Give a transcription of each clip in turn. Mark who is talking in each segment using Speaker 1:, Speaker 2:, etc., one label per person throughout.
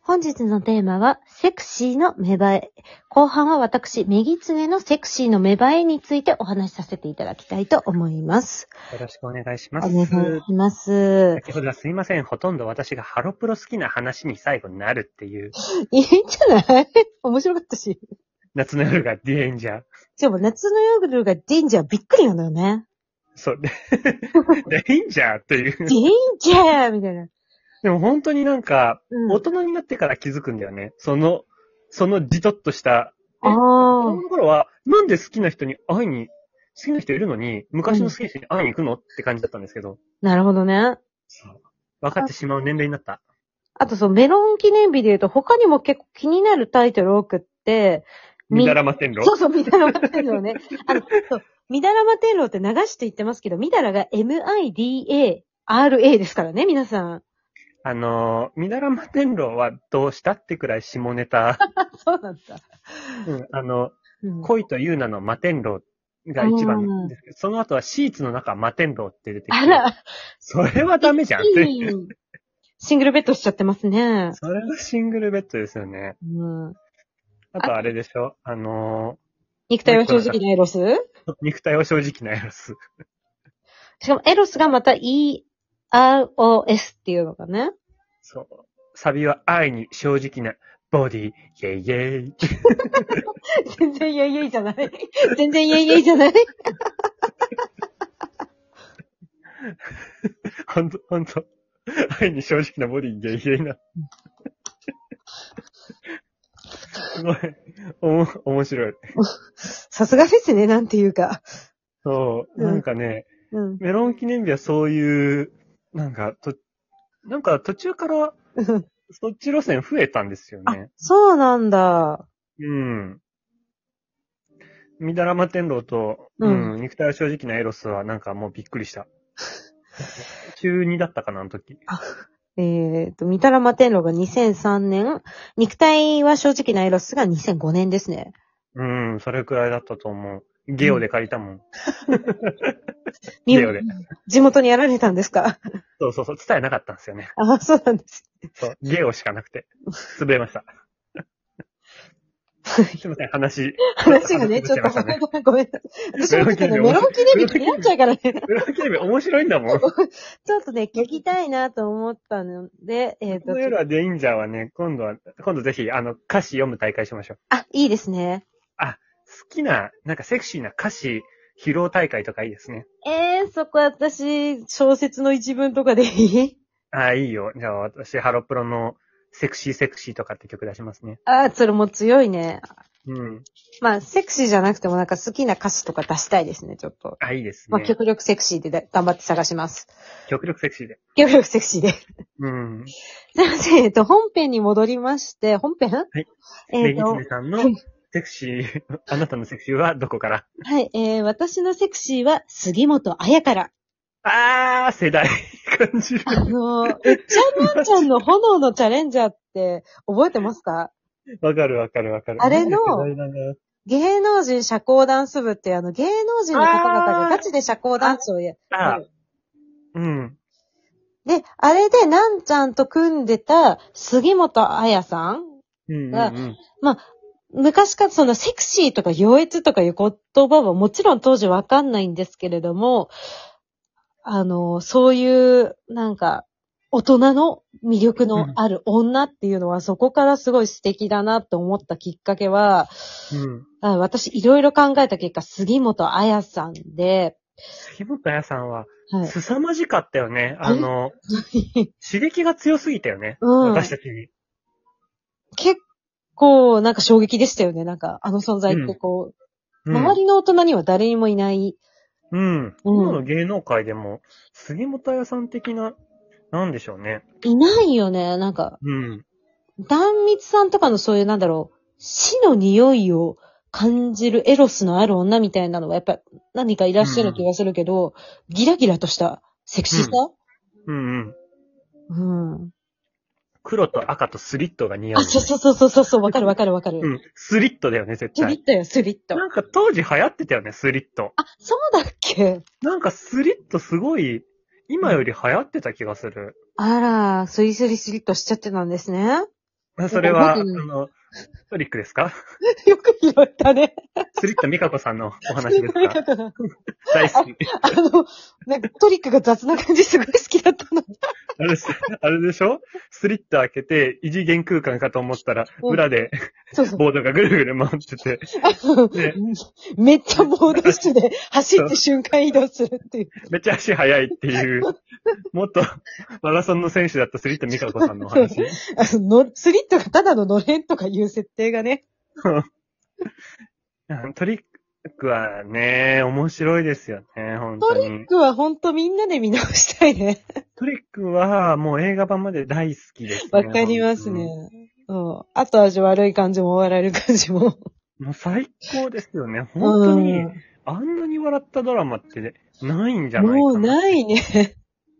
Speaker 1: 本日のテーマは、セクシーの芽生え。後半は私、メギツネのセクシーの芽生えについてお話しさせていただきたいと思います。
Speaker 2: よろしくお願いし
Speaker 1: お
Speaker 2: ます。
Speaker 1: 願いします。
Speaker 2: 先ほどはすいません。ほとんど私がハロプロ好きな話に最後になるって いう、
Speaker 1: いいんじゃない 面白かったし。
Speaker 2: 夏の夜がディエンジャー。
Speaker 1: しかも夏の夜がディンジャーびっくりなんだよね。
Speaker 2: そう、でディエンジャーってい
Speaker 1: デ
Speaker 2: う。
Speaker 1: ィンジャーみたいな。
Speaker 2: でも本当になんか、
Speaker 1: うん、
Speaker 2: 大人になってから気づくんだよね。その、そのじとっとした。
Speaker 1: あ
Speaker 2: 子
Speaker 1: あ
Speaker 2: 供。の頃は、なんで好きな人に会いに、好きな人いるのに、昔の好きな人に会いに行くのって感じだったんですけど、
Speaker 1: なるほどね。
Speaker 2: 分かってしまう年齢になった。
Speaker 1: あとそのメロン記念日で言うと他にも結構気になるタイトル多くって、
Speaker 2: みだらま線路
Speaker 1: そうそう、みだらま天狼 ね。あの、そう、みだらま天狼って流して言ってますけど、みだらが MIDARA ですからね、皆さん。
Speaker 2: あのー、みだらま天狼はどうしたってくらい下ネタ。
Speaker 1: そうなんだ。
Speaker 2: うん、あの、
Speaker 1: うん、
Speaker 2: 恋とユーナの摩天楼が一番なんですけど、その後はシーツの中摩天楼って出てき
Speaker 1: あ
Speaker 2: て、
Speaker 1: ら、
Speaker 2: それはダメじゃんっ
Speaker 1: い
Speaker 2: て。
Speaker 1: いシングルベッドしちゃってますね。
Speaker 2: それはシングルベッドですよね。
Speaker 1: うん、
Speaker 2: あとあれでしょあの
Speaker 1: 肉体は正直なエロス
Speaker 2: ー肉体は正直なエロス。
Speaker 1: しかもエロスがまた EROS っていうのがね。
Speaker 2: そう。サビは愛に正直なボディ、イェイイェイ。
Speaker 1: 全然イェイイェイじゃない。全然イェイイェイじゃ ない。
Speaker 2: ほんと、ほんと。愛に正直なボディ、イェイ イェイな。すごい。おも、面白い。
Speaker 1: さすがですね、なんていうか。
Speaker 2: そう。なんかね、
Speaker 1: うん。
Speaker 2: メロン記念日はそういう、なんか、と、なんか途中からそっち路線増えたんですよ
Speaker 1: あ
Speaker 2: ね。、
Speaker 1: そうなんだ。
Speaker 2: うん。みだらま天狼と、
Speaker 1: う
Speaker 2: うんん、肉体は正直なエロスはなんかもうびっくりした。 中2だったかな、あの時。
Speaker 1: えっ、と、みたらま天狼が2003年、肉体は正直なエロスが2005年ですね。
Speaker 2: うん、それくらいだったと思う。ゲオで借りたもん。
Speaker 1: み
Speaker 2: ゲオで。
Speaker 1: 地元にやられたんですか
Speaker 2: そうそうそう、伝えなかったんですよね。
Speaker 1: あ、そうなんです。
Speaker 2: そう、ゲオしかなくて。潰れま した。すいません、話。
Speaker 1: 話がね、ちょっと、
Speaker 2: 話しちゃいま
Speaker 1: ごめんなさい。私もちょっと ね、メ
Speaker 2: メ
Speaker 1: ロ
Speaker 2: ロ
Speaker 1: ン記念日気になっちゃうからね。
Speaker 2: メロン記念日面白いんだもん。
Speaker 1: ちょっとね、聞きたいなと思ったので、えっ、
Speaker 2: この夜
Speaker 1: と、
Speaker 2: はデインジャーはね、今度は、今度ぜひ、あの、歌詞読む大会しましょう。
Speaker 1: あ、いいですね。
Speaker 2: 好きな、なんかセクシーな歌詞披露大会とかいいですね。
Speaker 1: えー、そこ私、小説の一文とかでいい
Speaker 2: ああ、いいよ。じゃあ私、ハロプロのセクシーセクシーとかって曲出しますね。
Speaker 1: あー、それも強いね。
Speaker 2: うん。
Speaker 1: まあ、セクシーじゃなくてもなんか好きな歌詞とか出したいですね、ちょっと。
Speaker 2: あ、いいです
Speaker 1: まあ、
Speaker 2: ね。
Speaker 1: 極力セクシーでだ頑張って探します。
Speaker 2: 極力セクシーで。
Speaker 1: 極力セクシーで。 す
Speaker 2: うん。。
Speaker 1: いません、えっと、本編に戻りまして、本編はいえ
Speaker 2: ネ
Speaker 1: っ
Speaker 2: ギ
Speaker 1: と
Speaker 2: ツ、ネさ んの
Speaker 1: はい
Speaker 2: セクシー、あなたのセクシーはどこから
Speaker 1: はい、えー、私のセクシーは杉本彩から。
Speaker 2: あー、世代 感じる。
Speaker 1: あのー、うっちゃんなんちゃんの炎のチャレンジャーって覚えてますか
Speaker 2: わかるわかるわかる。
Speaker 1: あれの
Speaker 2: 世代だな
Speaker 1: 芸能人社交ダンス部っていうあの芸能人の方々がガチで社交ダンスをや
Speaker 2: あー、うん。
Speaker 1: で、あれでなんちゃんと組んでた杉本彩さん
Speaker 2: うんうんうん。
Speaker 1: 昔からそのセクシーとか優越とかいう言葉はもちろん当時わかんないんですけれども、あの、そういう、なんか、大人の魅力のある女っていうのはそこからすごい素敵だなと思ったきっかけは、
Speaker 2: うん。
Speaker 1: あ私いろいろ考えた結果、杉本彩さんで、
Speaker 2: 杉本彩さんは、
Speaker 1: はい。
Speaker 2: 凄まじかったよね。あの、刺激が強すぎたよね。
Speaker 1: うん
Speaker 2: 私たちに。
Speaker 1: 結構なんか衝撃でしたよね。なんかあの存在ってこう、
Speaker 2: うん。
Speaker 1: 周りの大人には誰にもいない。
Speaker 2: うん。今の芸能界でも、杉本彩さん的な、なんでしょうね。
Speaker 1: いないよね。なんか、
Speaker 2: うん。
Speaker 1: 断蜜さんとかのそういう、なんだろう、死の匂いを感じるエロスのある女みたいなのは、やっぱ何かいらっしゃる気がするけど、ギラギラとしたセクシーさ、
Speaker 2: うんうん。
Speaker 1: うん、
Speaker 2: 黒と赤とスリットが似合う
Speaker 1: あ、
Speaker 2: よね、
Speaker 1: そうそうそうそうそうそう、わかるわかるわかる。
Speaker 2: うん。スリットだよね、絶
Speaker 1: スリ
Speaker 2: 対。
Speaker 1: ットよ、スリット。
Speaker 2: なんか当時流行ってたよね、スリット。
Speaker 1: あ、そうだっけ
Speaker 2: なんかスリットすごい、今より流行ってた気がする。
Speaker 1: あら、スリスリスリッとしちゃってたんですね。
Speaker 2: それは、
Speaker 1: な
Speaker 2: あ
Speaker 1: んか僕
Speaker 2: の、トリックですか
Speaker 1: よく拾ったね。
Speaker 2: スリッタミカコさんのお 話ですか大好き。
Speaker 1: あの、なんかトリックが雑な感じすごい好きだったの。
Speaker 2: あれです、あれでしょスリッタ開けて、異次元空間かと思ったら、
Speaker 1: うん
Speaker 2: 裏で
Speaker 1: そうそう。
Speaker 2: ボードがぐるぐる回ってて、ね
Speaker 1: めっちゃボード室で走って瞬間移動するっていう。
Speaker 2: めっちゃ足速いっていう、もっとマラソンの選手だったスリッタミカコさんのお話。
Speaker 1: あの、のスリットがただののれんとかいう設定がね。
Speaker 2: うんトリックはね、面白いですよね、本
Speaker 1: ト
Speaker 2: 当
Speaker 1: リ
Speaker 2: に
Speaker 1: ッ。クはほんとみんなで見直したい ね。
Speaker 2: トリックはもう映画版まで大好きですね。
Speaker 1: わかりますね。うん。後味悪い感じも笑える感じも。
Speaker 2: うん。もう最高ですよね。本当に、
Speaker 1: うん
Speaker 2: あんなに笑ったドラマってないんじゃないかな。
Speaker 1: もうないね。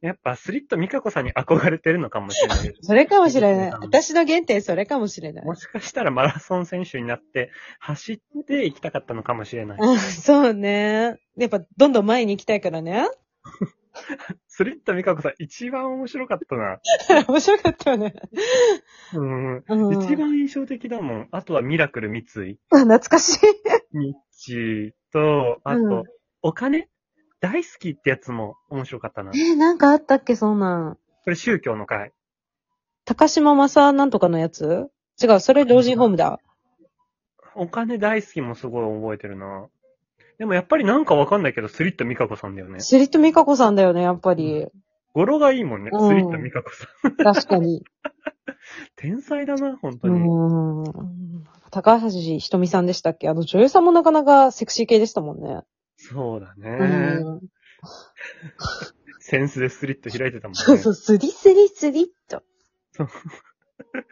Speaker 2: やっぱスリットミカコさんに憧れてるのかもしれないです。
Speaker 1: それかもしれない。
Speaker 2: うん
Speaker 1: 私の原点それかもしれない。
Speaker 2: もしかしたらマラソン選手になって走って行きたかったのかもしれな い。
Speaker 1: うんそうね。やっぱどんどん前に行きたいからね。
Speaker 2: スリットミカコさん一番面白かったな。
Speaker 1: 面白かったよね。
Speaker 2: うん。
Speaker 1: うん、
Speaker 2: 一番印象的だもん。あとはミラクル三井。
Speaker 1: あ懐かしい。
Speaker 2: ミッチーと、あ
Speaker 1: う
Speaker 2: と
Speaker 1: ん、
Speaker 2: お金大好きってやつも面白かったな。
Speaker 1: えー、なんかあったっけ、そんなん。
Speaker 2: これ宗教の回。
Speaker 1: 高島正なんとかのやつ違う、それ老人ホームだ。
Speaker 2: お金大好きもすごい覚えてるな。でもやっぱりなんかわかんないけど、スリットミカコさんだよね。
Speaker 1: スリットミカコさんだよね、やっぱり。
Speaker 2: 語呂がいいもんね、
Speaker 1: うん
Speaker 2: スリットミカコさん。
Speaker 1: 確かに。
Speaker 2: 天才だな、本当
Speaker 1: う
Speaker 2: に。
Speaker 1: ーん。高橋ひとみさんでしたっけあの女優さんもなかなかセクシー系でしたもんね。
Speaker 2: そうだね、
Speaker 1: うん。
Speaker 2: センスでスリット開いてたもんね。
Speaker 1: そうそう、スリスリスリっと。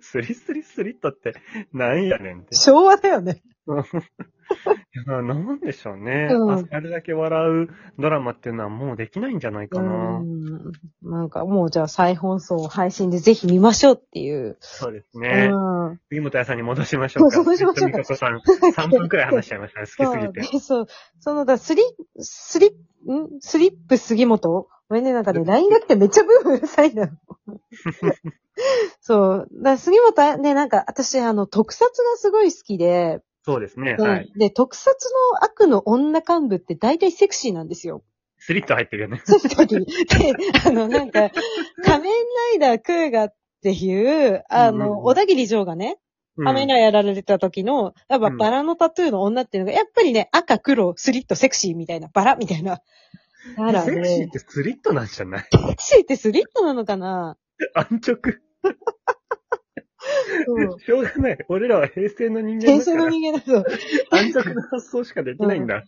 Speaker 2: スリスリスリットってなんやねんって。
Speaker 1: 昭和だよね。
Speaker 2: いやなんでしょうね、
Speaker 1: うん
Speaker 2: あ。あれだけ笑うドラマっていうのはもうできないんじゃないか
Speaker 1: う
Speaker 2: な。
Speaker 1: ん。なんかもうじゃあ再放送配信でぜひ見ましょうっていう。
Speaker 2: そうですね。
Speaker 1: うん。
Speaker 2: 杉本屋さんに戻しましょうか。
Speaker 1: 戻しましょう
Speaker 2: 美
Speaker 1: か
Speaker 2: 香子さん、3分くらい話しちゃいましたね。好き
Speaker 1: そ
Speaker 2: すぎ
Speaker 1: う
Speaker 2: て。
Speaker 1: ね、 そう。その、だ、スリ、スリ、んスリップ杉本ごめんね、なんかね、LINE が来てめっちゃブーブーうるさい な。そう。だから杉本あ、ね、なんか、私、あの、特撮がすごい好きで、
Speaker 2: そうですね。
Speaker 1: で
Speaker 2: はい。
Speaker 1: で、特撮の悪の女幹部って大体セクシーなん ですよ。
Speaker 2: スリット入ってるよね。
Speaker 1: そういう時に。で、あの、なんか、仮面ライダークーガっていう、あ
Speaker 2: うんうんうん
Speaker 1: の、小田切城がね、
Speaker 2: うん
Speaker 1: カメラやられた時の、やっぱバラのタトゥーの女っていうのが、やっぱりね、赤、黒、スリット、セクシーみたいな、バラみたい な。あら
Speaker 2: セクシーっ
Speaker 1: ね。
Speaker 2: てスリットなんじゃない
Speaker 1: セクシーってスリットなのかな
Speaker 2: 安直。
Speaker 1: そう。
Speaker 2: しょうがない。俺らは平成の人間
Speaker 1: 天
Speaker 2: だか
Speaker 1: 性の
Speaker 2: ら、
Speaker 1: 人間だと。だか
Speaker 2: 安直な発想しかできないんだ。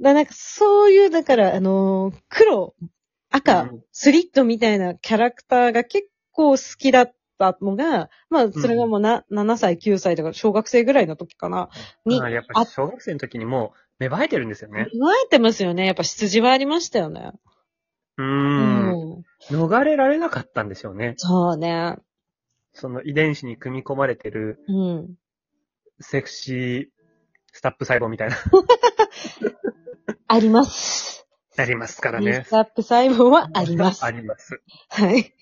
Speaker 1: らなんかそういう、だから、あのー黒、
Speaker 2: う
Speaker 1: 赤
Speaker 2: ん、
Speaker 1: スリットみたいなキャラクターが結構好きだったのが、まあ、それがもうな、7歳、9歳とか、小学生ぐらいの時かな、に、
Speaker 2: あ
Speaker 1: あ、
Speaker 2: やっぱり小学生の時にもう芽生えてるんですよね。
Speaker 1: 言われてますよね。やっぱ羊はありましたよね。
Speaker 2: う
Speaker 1: う
Speaker 2: ーん。逃れられなかったんでしょうね。
Speaker 1: そうね。
Speaker 2: その遺伝子に組み込まれてる
Speaker 1: うん。
Speaker 2: セクシースタップ細胞みたいな、
Speaker 1: あります。
Speaker 2: なりますから
Speaker 1: ミ
Speaker 2: ね
Speaker 1: ス。アップ細胞はあります
Speaker 2: あ。ります。
Speaker 1: はい。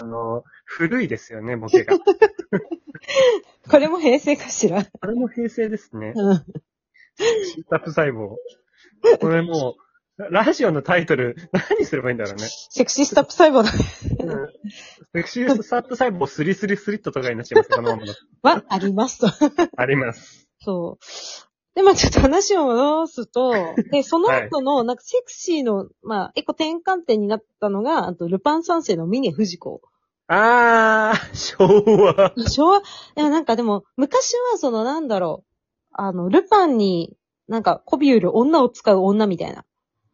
Speaker 2: あの、古いですよね、ボ ケが。
Speaker 1: これも平成かしら。
Speaker 2: あれも平成ですね。
Speaker 1: うん。
Speaker 2: スタップ細胞。これもう、ラジオのタイトル、何すればいいんだろうね。
Speaker 1: セクシースタップ細胞の
Speaker 2: うんセクシースタップ細胞スリスリスリットとかになっちゃいます、このままだと。
Speaker 1: はありますと。
Speaker 2: あります。
Speaker 1: そう。で、まあちょっと話を戻す と、で、その後の、なんかセクシーの、まあ、エコ転換点になったのが、あと、ルパン三世の峰不二子。
Speaker 2: あー、昭和。
Speaker 1: 昭和、いや、なんかでも、昔はその、なんだろう、あの、ルパンに、なんか、媚び売る女を使う女みたいな。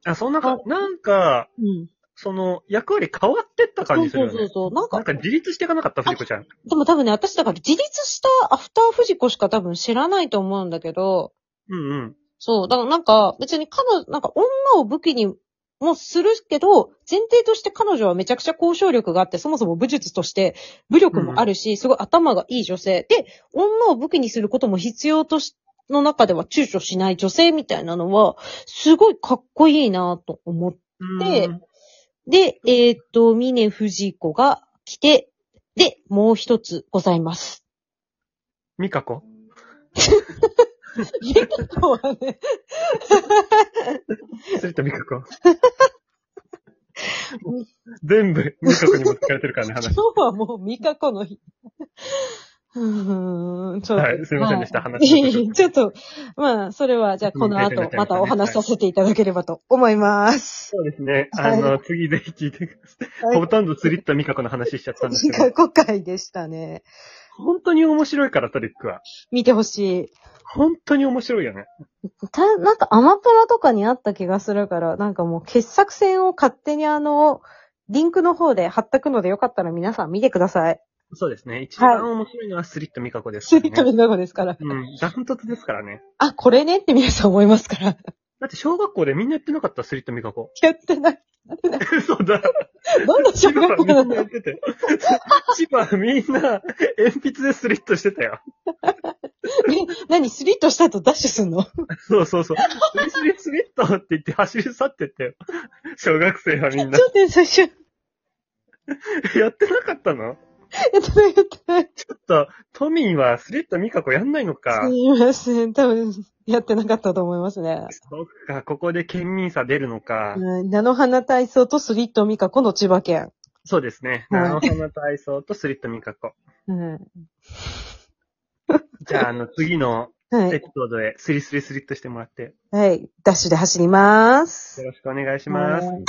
Speaker 2: あ、そんなか、なんか、
Speaker 1: うん。
Speaker 2: その、役割変わってった感じするよ
Speaker 1: そうそう
Speaker 2: ね。
Speaker 1: そうそう。なんか
Speaker 2: なん、か自立していかなかった、藤子ちゃん。
Speaker 1: でも多分ね、私だから自立したアフターフジコしか多分知らないと思うんだけど、
Speaker 2: うんうん。
Speaker 1: そう、だからなんか別に彼女、なんか女を武器にもするけど、前提として彼女はめちゃくちゃ交渉力があって、そもそも武術として武力もあるし、すごい頭がいい女性。で、女を武器にすることも必要とし、の中では躊躇しない女性みたいなのは、すごいかっこいいなと思って、
Speaker 2: うん
Speaker 1: で、えーっと、峰不二子が来て、で、もう一つございます。
Speaker 2: ミカコ
Speaker 1: ミカコはね、
Speaker 2: 鶴田ミ カコ。全部、ミカコに持ってかれてるからね、
Speaker 1: 今
Speaker 2: 話。
Speaker 1: 日はもうミカコの日。うーん、ちょっと。
Speaker 2: はい、すいませんでした、
Speaker 1: いえいえ
Speaker 2: 話。
Speaker 1: ちょっと、まあ、それは、じゃあ、この後、またお話しさせていただければと思います。
Speaker 2: そうですね。あの、次ぜひ聞いてください。
Speaker 1: は
Speaker 2: ほとんど釣りったミカコの話しちゃったんです
Speaker 1: い。
Speaker 2: けど
Speaker 1: 過、去回でしたね。
Speaker 2: 本当に面白いから、トリックは。
Speaker 1: 見てほし
Speaker 2: 本当に面白いよね。
Speaker 1: い。た、なんか、アマプラとかにあった気がするから、なんかもう、傑作選を勝手にあの、リンクの方で貼っとくのでよかったら皆さん見てください。
Speaker 2: そうですね。一番面白いのはスリットミカコですか
Speaker 1: ス
Speaker 2: ら
Speaker 1: リ
Speaker 2: ね。
Speaker 1: ットの中ですから。
Speaker 2: うん、ダントツですからね。
Speaker 1: あ、これねって皆さん思いますから。
Speaker 2: だって小学校でみんなやってなかった、スリットミカコ。
Speaker 1: やってない。
Speaker 2: そうだ。
Speaker 1: どんな小
Speaker 2: 千葉
Speaker 1: 学校
Speaker 2: み
Speaker 1: なんん
Speaker 2: な
Speaker 1: だ
Speaker 2: やってたよ。千葉みんな鉛筆でスリットしてたよ。
Speaker 1: 何スリットした後ダッシュすんの
Speaker 2: そうそうそう。スリスリスリットって言って走り去ってったよ。小学生はみんな
Speaker 1: ち。ょっとね、最初、や
Speaker 2: やってなかったの
Speaker 1: ってない、やってない。
Speaker 2: ちょっと、トミーはスリットミカコやんないのか
Speaker 1: す。いません。多分、やってなかったと思いますね。
Speaker 2: そっか、ここで県民差出るのか。
Speaker 1: うん菜の花体操とスリットミカコの千葉県。
Speaker 2: そうですね。
Speaker 1: はい
Speaker 2: 菜の花体操とスリットミカコ。
Speaker 1: うん
Speaker 2: じゃあ、あの、次の
Speaker 1: は
Speaker 2: エ
Speaker 1: い。
Speaker 2: ピソードへスリスリスリットしてもらって、
Speaker 1: はい。ダッシュで走ります
Speaker 2: よ。ろしくお願いします。
Speaker 1: はい